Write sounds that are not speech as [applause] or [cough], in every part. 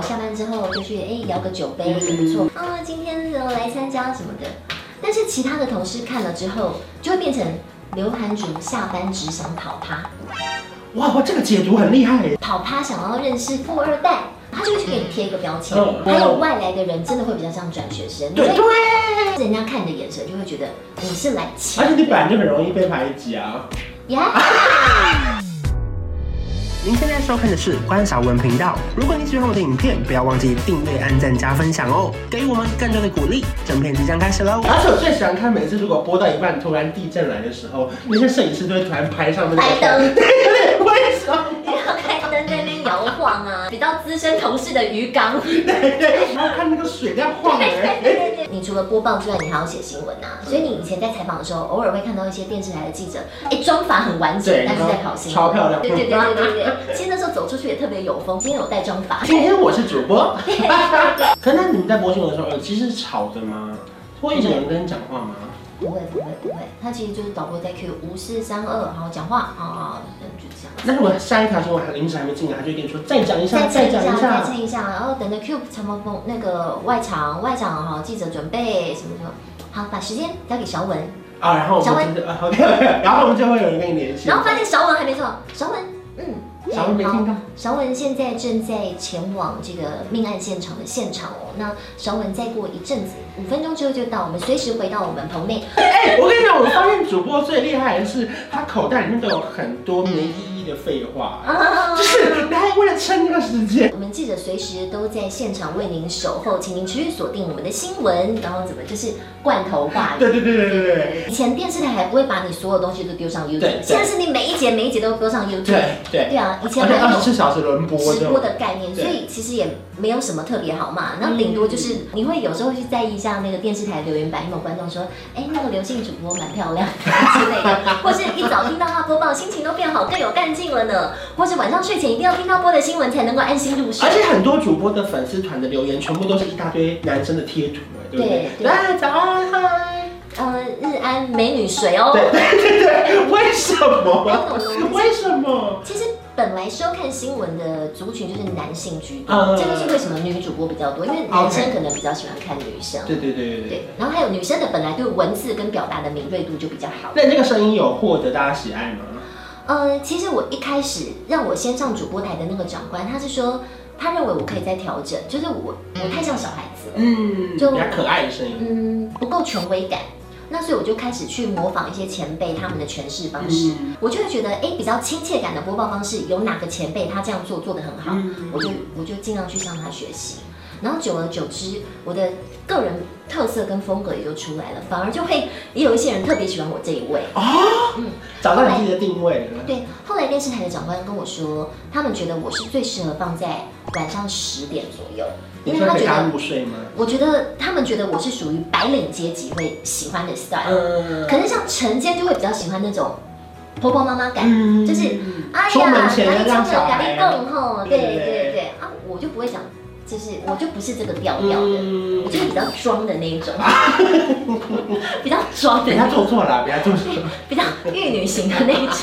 下班之后就去哎聊个酒杯也不错哦，今天怎么来参加什么的。但是其他的同事看了之后，就会变成刘涵竹下班只想跑趴，哇，哇这个解读很厉害耶！跑趴想要认识富二代，他就会去给你贴一个标签。嗯还有外来的人真的会比较像转学生，对对，人家看你的眼神就会觉得嗯你是来而且抢你本来就很容易被排挤 [laughs] 啊。呀。您现在收看的是关少文频道。如果你喜欢我的影片，不要忘记订阅、按赞、加分享哦，给予我们更多的鼓励。整片即将开始喽！而且我最喜欢看，每次如果播到一半突然地震来的时候，那些摄影师都会突然拍上那开个。灯，对，为什么？不要开灯在那边摇晃啊，比较资深同事的鱼缸。对对，然后看那个水在晃哎。你除了播报之外，你还要写新闻呐、所以你以前在采访的时候，偶尔会看到一些电视台的记者，哎，妆法很完整对，但是在跑新闻，超漂亮对对对对对对。其实那时候走出去也特别有风，今天有带妆法。今天我是主播。可那你们在播新闻的时候，耳机是吵的吗？会有人跟你讲话吗？不会不会不会，他其实就是导播在 Q 五四三二，然后讲话啊，嗯就这样。那如果下一条新闻还临时还没进来，他就会跟你说再讲一下，再蹭再一下讲，一再下。蹭一下，然后等着 Q 长毛风那个外场外场哈记者准备什么什么，好，把时间交给小文，啊，然后我们就 OK OK，然 [laughs] 后我们就会有人跟你联系。然后发现小文还没做，小文，嗯，小文没好听到。小文现在正在前往这个命案现场的现场哦。那小文再过一阵子，五分钟之后就到，我们随时回到我们棚内。哎、我跟你讲，我发现主播最厉害的是，他口袋里面都有很多没意义的废话，嗯啊就是他还为了撑这个时间。我们记者随时都在现场为您守候，请您持续锁定我们的新闻，然后怎么就是罐头化。对对对对对对以前电视台还不会把你所有东西都丢上 YouTube，对现在是你每一节每一节都丢上 YouTube。对对，对啊，以前而且还二有十四小时轮播直这播种。的概念，对嗯所以其实也没有什么特别好嘛。那顶多就是你会有时候会去在意一下那个电视台留言板有没有观众说，哎，那个刘姓主播蛮漂亮 [laughs] 之类 [laughs] 的，或是一早听到他播报，心情都变好，更有干劲了呢。或是晚上睡前一定要听他播的新闻，才能够安心入睡而。且很多主播的粉丝团的留言，全部都是一大堆男生的贴图，哎对不对？对对来早安嗨。呃，日安美女水哦。对对对，为什么？懂懂懂为什么？其实本来收看新闻的族群就是男性居多，嗯这就是为什么女主播比较多，因为男生可能比较喜欢看女生。对对对对对对。，然后还有女生的本来对文字跟表达的敏锐度就比较好。那这个声音有获得大家喜爱吗？呃，其实我一开始让我先上主播台的那个长官，他是说他认为我可以再调整，就是我我太像小孩子了，嗯，就比较可爱的声音。嗯，不够权威感。那所以我就开始去模仿一些前辈他们的诠释方式，嗯我就会觉得，哎、比较亲切感的播报方式，有哪个前辈他这样做做得很好，嗯我就我就尽量去向他学习。然后久而久之，我的个人特色跟风格也就出来了，反而就会也有一些人特别喜欢我这一位。找到你自己的定位了。对，后来电视台的长官跟我说，他们觉得我是最适合放在晚上十点左右，因你为说他陪觉他得，入睡吗？我觉得他们觉得我是属于白领阶级会喜欢的 style，、嗯可能像晨间就会比较喜欢那种婆婆妈妈感，嗯就是哎出门呀，前哪要里让冲着小哪孩里啊动吼，对对对对对对对啊，我就不会想，就是我就不是这个调调的。嗯我就是比较装的那一 [laughs] 种，比较装的等那下一种。做错了，不要做错。比较玉女型的那一种。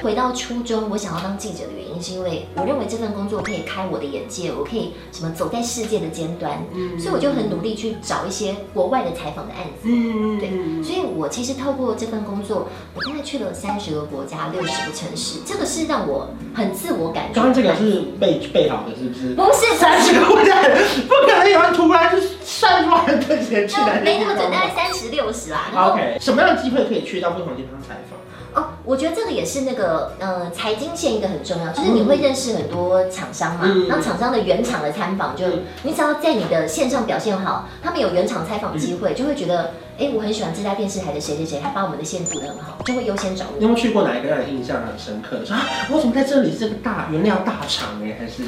[laughs] 回到初中，我想要当记者的原因，是因为我认为这份工作可以开我的眼界，我可以什么走在世界的尖端，所以我就很努力去找一些国外的采访的案子。嗯，对，所以我其实透过这份工作，我大概去了三十个国家、六十个城市，这个是让我很自我感觉。刚刚这个是背背好的，是不是？不是三城市十？个国家 [laughs] 不可能有人突然就算出来的钱去哪就呃里？没那么准，大概三十六十啦。然后 OK，什么样的机会可以去到不同地方采访？哦，我觉得这个也是那个呃财经线一个很重要，就是你会认识很多厂商嘛，嗯然后厂商的原厂的参访就，你只要在你的线上表现好，他们有原厂采访机会，就会觉得，哎，我很喜欢这家电视台的谁谁谁，他把我们的线做得很好，就会优先找你你。有没有去过哪一个让你印象很深刻的？说啊，我怎么在这里？这个大原料大厂哎，还是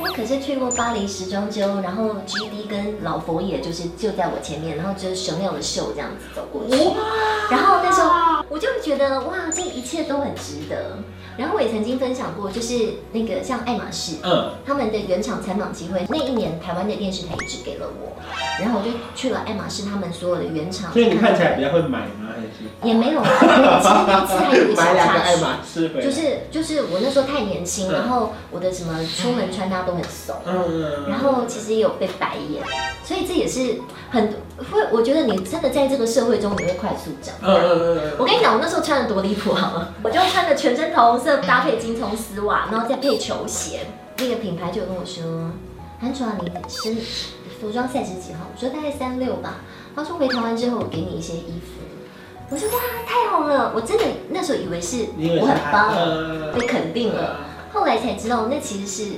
我可是去过巴黎时装周，然后 GD 跟老佛爷就是就在我前面，然后就是 Chanel 的秀这样子走过去，然后那时候我就会觉得哇，这一切都很值得。然后我也曾经分享过，就是那个像爱马仕，嗯，他们的原厂采访集会那一年，台湾的电视台一直给了我，然后我就去了爱马仕他们所有的原厂，所以你看起来比较会买吗？还是也没有啊，其实那次还有一个买小两个插爱曲。马仕回来？就是就是我那时候太年轻，嗯然后我的什么出门穿搭都很怂，嗯，然后其实也有被白眼，所以这也是很会。我觉得你真的在这个社会中，你会快速长嗯嗯嗯我跟你讲，我那时候穿的多离谱好了，我就穿着全身桃红色搭配金葱丝袜，然后再配球鞋。那个品牌就有跟我说，韩楚啊，你身服装 size 是几号？我说大概三六吧。他说回台湾之后，我给你一些衣服。我说哇，太好了！我真的那时候以为是你以为我是很他棒，嗯被肯定了。后来才知道，那其实是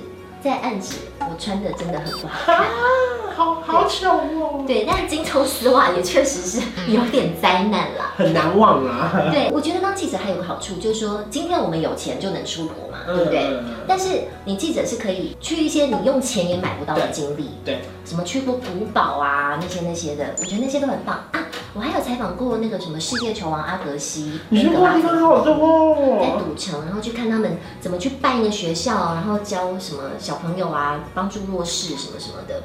在暗指我穿的真的很不好看。嗯好好丑哦，对，但金头丝袜也确实是有点灾难啦。很难忘啊。对，我觉得当记者还有个好处，就是说今天我们有钱就能出国嘛，对不对？嗯但是你记者是可以去一些你用钱也买不到的经历，对，什么去过古堡啊，那些那些的，我觉得那些都很棒啊。我还有采访过那个什么世界球王阿格西，你去那过个的地方拉菲好多在哦。赌城，然后去看他们怎么去办一个学校，然后教什么小朋友啊，帮助弱势什么什么的。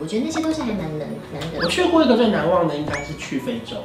我觉得那些都是还蛮难难得我的。去过一个最难忘的，应该是去非洲，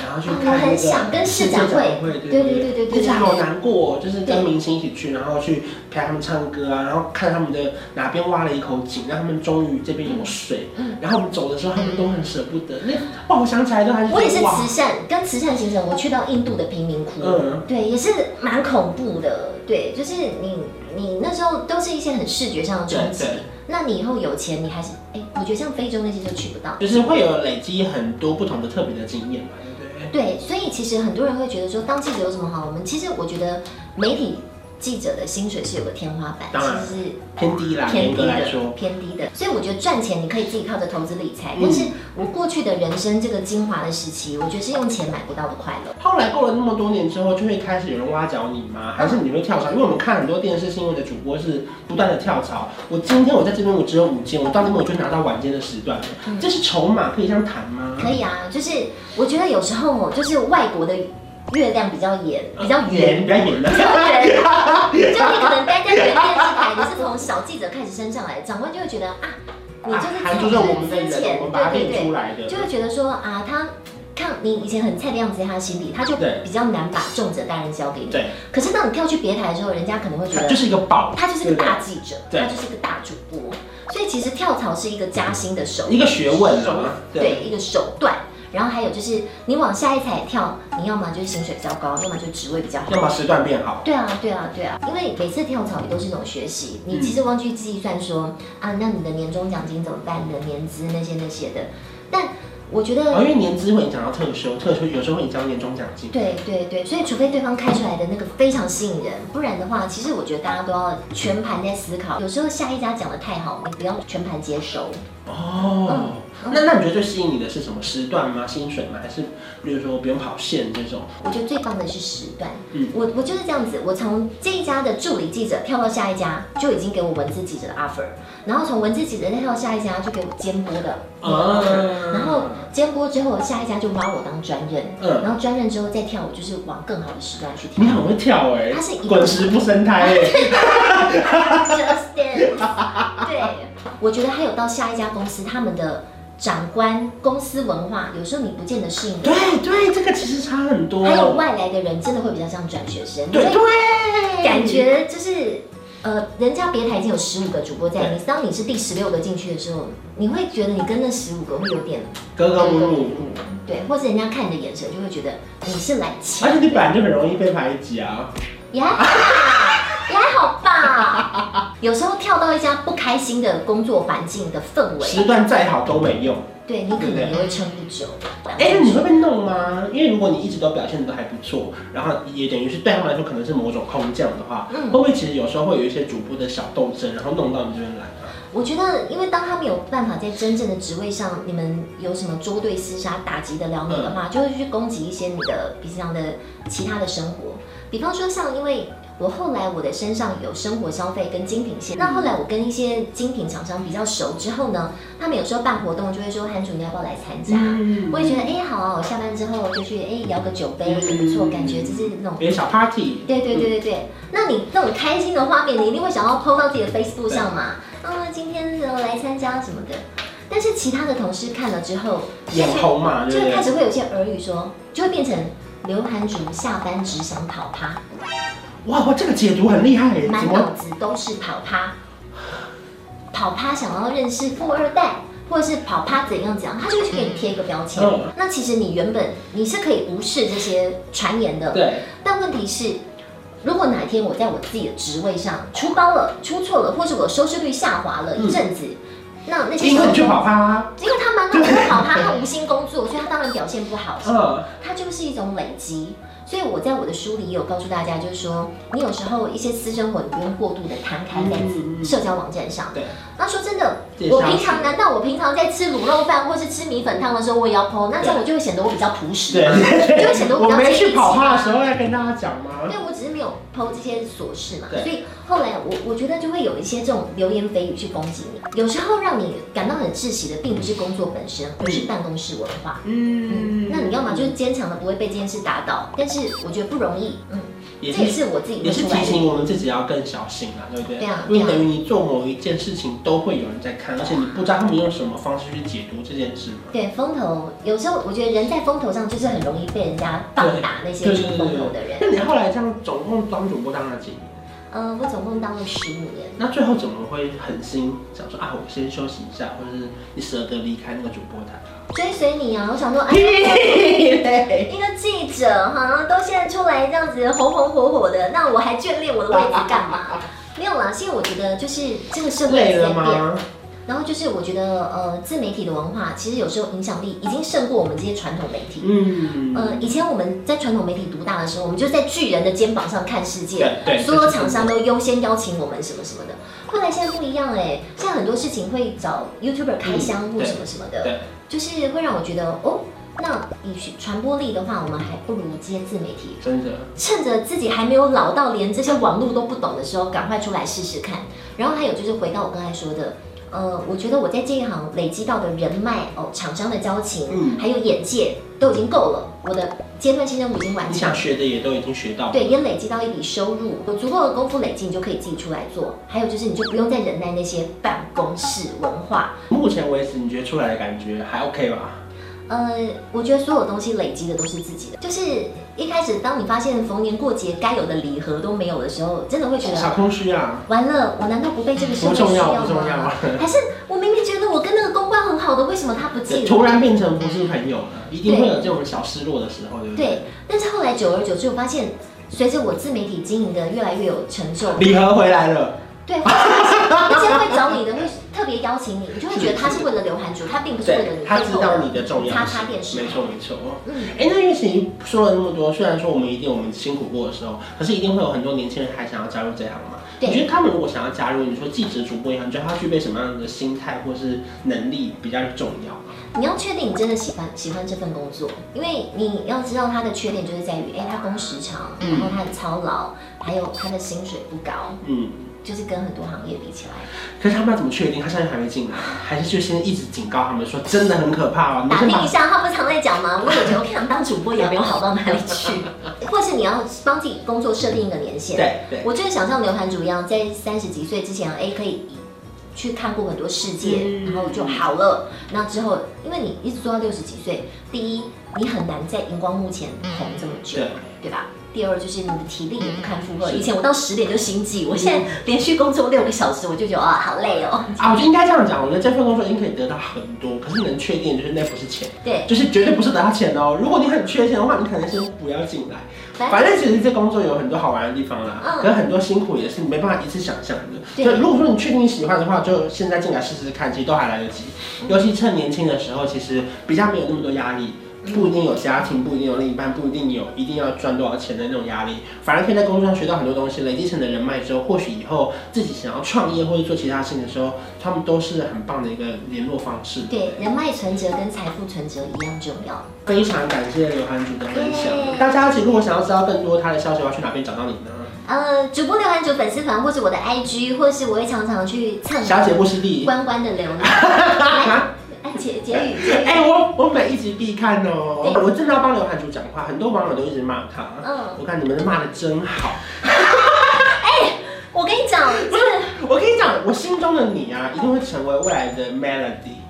然后去啊看我那很个想跟世市界长会展会，对对对对对就是对好对难过哦，就是对跟明星一起去，然后去陪他们唱歌啊，然后看他们的哪边挖了一口井，让他们终于这边有水嗯，然后我们走的时候他们都很舍不得，那哇，我想起来都还是觉得我也是哇慈善，跟慈善行程，我去到印度的贫民窟，嗯对，也是蛮恐怖的。对，就是你你那时候都是一些很视觉上的冲击对对。那你以后有钱，你还是哎、我觉得像非洲那些就去不到。就是会有累积很多不同的特别的经验嘛，对不对？对，所以其实很多人会觉得说，当记者有什么好？我们其实我觉得媒体记者的薪水是有个天花板，当然其实是偏低啦，偏严低格来的说，，偏低的。所以我觉得赚钱你可以自己靠着投资理财，嗯但是我过去的人生这个精华的时期，我觉得是用钱买不到的快乐。后来过了那么多年之后，就会开始有人挖角你吗？还是你会跳槽？因为我们看很多电视新闻的主播是不断的跳槽。我今天我在这边我只有午间，我到那边我就拿到晚间的时段了嗯这是筹码，可以这样谈吗？可以啊，就是我觉得有时候哦，就是外国的月亮比较圆，嗯比较圆。演，不要演了比。较圆， [laughs] 就你可能待在原电视台，你是从小记者开始升上来，长官就会觉得啊，你就是韩这就是我们的之人，前，我们把它对对练对出，来的。就会觉得说啊，他看你以前很菜的样子在他心里，他就对比较难把重责大人交给你。对，可是当你跳去别台之后，人家可能会觉它得就是一个宝，他就是个大记者，对他就是个大主播，所以其实跳槽是一个加薪的手段一个学问啊。对，一个手段。然后还有就是，你往下一彩跳，你要么就是薪水比较高，要么就职位比较要好。把时段变好。对啊，对啊，对啊，因为每次跳槽也都是一种学习，你其实忘记计算说、啊，那你的年终奖金怎么办？你的年资那些那些的。但我觉哦，得，因为年资会影响到特休，特休有时候会影响到年终奖金。对对对，所以除非对方开出来的那个非常吸引人，不然的话，其实我觉得大家都要全盘在思考。有时候下一家讲的太好，你不要全盘接收。哦，嗯那那你觉得最吸引你的是什么时段吗？薪水吗？还是比如说不用跑线这种？我觉得最棒的是时段。嗯我我就是这样子，我从这一家的助理记者跳到下一家，就已经给我文字记者的 offer，然后从文字记者再跳到下一家，就给我监播的 offer，、啊然后监播之后，下一家就挖我当专任，嗯，然后专任之后再跳，我就是往更好的时段去跳你。很会跳哎、它是一滚石不生胎哎、 Just dance，对，我觉得还有到下一家公司，他们的长官、公司文化，有时候你不见得适应得了。 [laughs] 对对，这个其实差很多。还有外来的人，真的会比较像转学生，你对会对，感觉就是，呃，人家别台已经有十五个主播在，你当你是第十六个进去的时候，你会觉得你跟那十五个会有点格格不入，对，或者人家看你的眼神就会觉得你是来气而且你本来就很容易被排挤啊。也 [laughs] 还好，也还好吧。有时候跳到一家不开心的工作环境的氛时围，段再好都没用。对你可能也会撑不久。哎，那你会被弄吗？因为如果你一直都表现的还不错，然后也等于是对他们来说可能是某种空降的话，嗯会不会其实有时候会有一些主播的小斗争，然后弄到你这边来啊？我觉得，因为当他们有办法在真正的职位上，你们有什么捉对厮杀、打击得了你的话，就会去攻击一些你的，比如这样的其他的生活。比方说，像因为我后来我的身上有生活消费跟精品线。那后来我跟一些精品厂商比较熟之后呢，他们有时候办活动就会说韩主你要不要来参加？嗯我也觉得哎、好啊，我下班之后就去哎、聊个酒杯也不错，感觉就是那种有点小 party，对对对对对，那你那种开心的画面，你一定会想要 PO 到自己的 Facebook 对上嘛？啊，今天呃来参加什么的。但是其他的同事看了之后，眼红嘛，就对不会开对？始会有一些耳语说，就会变成刘涵竹下班只想跑趴，哇哇，这个解读很厉害耶，怎满脑么？子都是跑趴，跑趴想要认识富二代，或者是跑趴怎样怎样，他就会去给你贴一个标签。嗯那其实你原本你是可以无视这些传言的，对，但问题是，如果哪一天我在我自己的职位上出包了、出错了，或是我收视率下滑了一阵子，那那些嗯因为你去因跑趴，为他满脑子都跑趴，他无心工作，所以他当然表现不好。嗯，它就是一种累积。所以我在我的书里也有告诉大家，就是说，你有时候一些私生活你不用过度的摊开在嗯嗯嗯社交网站上。对，那说真的，这也是我要平常难道我平常在吃卤肉饭或是吃米粉汤的时候，我也要 PO？那这样我就会显得我比较朴实嘛，对就会显得我我比较没去接地跑气趴嘛的时候要跟大家讲吗？因为啊我只是没有剖这些琐事嘛，对所以后来我我觉得就会有一些这种流言蜚语去攻击你。有时候让你感到很窒息的，并不是工作本身，而是办公室文化。嗯，那你要么就是坚强的不会被这件事打倒，但是我觉得不容易。嗯，这也也是是我自己也会是出来提的。醒我们自己要更小心啊，对不对？对啊因为对啊等于你做某一件事情都会有人在看，而且你不知道他们用什么方式去解读这件事嘛。对风头，有时候我觉得人在风头上就是很容易被人家棒打那些对出对对风头的人。那你后来这样总共当主播当了几年？嗯，我总共当了十五年。那最后怎么会狠心想说啊，我先休息一下，或者是你舍得离开那个主播台？追随你啊！我想说，哎，一个记者哈，都现在出来这样子红红火火的，那我还眷恋我的位置干 [laughs] 嘛？没有啦，是因为我觉得就是这个社会累在了变，吗？然后就是我觉得呃，自媒体的文化其实有时候影响力已经胜过我们这些传统媒体。嗯，呃，以前我们在传统媒体独大的时候，我们就在巨人的肩膀上看世界，对对所有厂商都优先邀请我们什么什么的。后来现在不一样哎、现在很多事情会找 YouTuber 开箱嗯或对什么什么的。对，就是会让我觉得哦，那以传播力的话，我们还不如接自媒体。真的，趁着自己还没有老到连这些网络都不懂的时候，赶快出来试试看。然后还有就是回到我刚才说的，呃，我觉得我在这一行累积到的人脉哦，厂商的交情，嗯还有眼界都已经够了，我的阶段性任务已经完你成想。学的也都已经学到了。对，也累积到一笔收入，有足够的功夫累积，你就可以自己出来做。还有就是，你就不用再忍耐那些办公室文化，目前为止，你觉得出来的感觉还 OK 吧？呃，我觉得所有东西累积的都是自己的。就是一开始，当你发现逢年过节该有的礼盒都没有的时候，真的会觉小得，空虚啊，完了，我难道不被这个社不会需重要要，吗？不重要。还是我明明觉得我跟那个公关很好的，为什么他不 [laughs] 对记得？突然变成不是朋友了，一定会有这种小失落的时候，对不嗯对对？，但是后来久而久之，我发现随着我自媒体经营的越来越有成 [laughs] 就，礼盒回来了，对，或者是那些会找你的会特别邀请你，你就会觉得他是为了刘涵竹，他并不是为了对你，他知道背后你的重要擦性擦电，视，没错没错。嗯。哎，那因为其实说了那么多，虽然说我们一定有我们辛苦过的时候，可是一定会有很多年轻人还想要加入这行嘛。对你觉得他们如果想要加入，你说记者、主播一行，你觉得他具备什么样的心态或是能力比较重要吗？你要确定你真的喜欢喜欢这份工作，因为你要知道它的缺点就是在于，哎，它工时长，嗯然后它很操劳，还有它的薪水不高，嗯，就是跟很多行业比起来，可是他们要怎么确定他现在还没进来？还是就先一直警告他们说，真的很可怕哦，你们打先听一把下，他不是常在讲吗？我也觉得我看当主播也没有好到哪里 [laughs] 去，或是你要帮自己工作设定一个年限。对对，我就是想像刘涵竹一样，在三十几岁之前，哎，可以去看过很多世界，嗯然后就好了。那之后，因为你一直做到六十几岁，第一，你很难在荧光幕前红这么久嗯对，对吧？第二就是你的体力也不堪负荷。嗯是嗯以前我到十点就心悸，我现在连续工作六个小时，我就觉得啊，好累哦。啊，我觉得应该这样讲，我觉得这份工作已经可以得到很多，可是你能确定就是那不是钱， [laughs] 对，就是绝对不是得到钱哦。如果你很缺钱的话，你可能先不要进来。反正反正其实这工作有很多好玩的地方啦，嗯可是很多辛苦也是你没办法一次想象的。对所以如果说你确定你喜欢的话，就现在进来试试看，其实都还来得及。嗯尤其趁年轻的时候，其实比较没有那么多压力。嗯不一定有家庭，不一定有另一半，不一定有一定要赚多少钱的那种压力，反而可以在工作上学到很多东西，累积成的人脉之后，或许以后自己想要创业或者做其他事情的时候，他们都是很棒的一个联络方式。对，人脉存折跟财富存折一样重要。非常感谢刘涵主的分享。大家其实如果想要知道更多他的消息的话，去哪边找到你呢？呃，主播刘涵竹粉丝团，或是我的 IG，或是我会常常去蹭小姐不失礼。关关的流量。[laughs] 来，哎，结结语，结语。哎、我我每一集必看哦，对我真的要帮刘涵竹讲话，很多网友都一直骂他。嗯我看你们骂的真好。我跟你讲，真 [laughs] 的，我跟你讲，我心中的你啊，一定会成为未来的 Melody。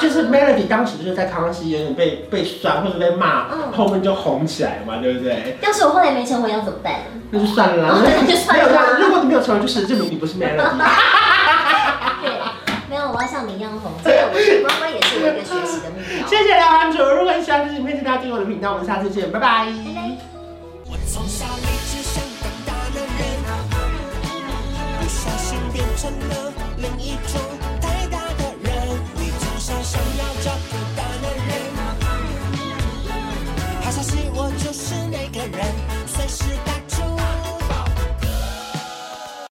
就是 Melody 当时就是在康熙有点被被酸或者被骂，嗯后面就红起来嘛，对不对？要是我后来没成为要怎么办？那就算了啦，哦 [laughs] 那就算了没有让，如果你没有成为，就是证明你不是 Melody。对，没有，我要像你一样红。这个我是关关，也是我一个学习的目标。谢谢梁安主，如果你喜欢这期影片，记得要订阅我的频道，我们下次见，拜拜。拜拜。我从小一直想当大男人，不小心变成了另一种。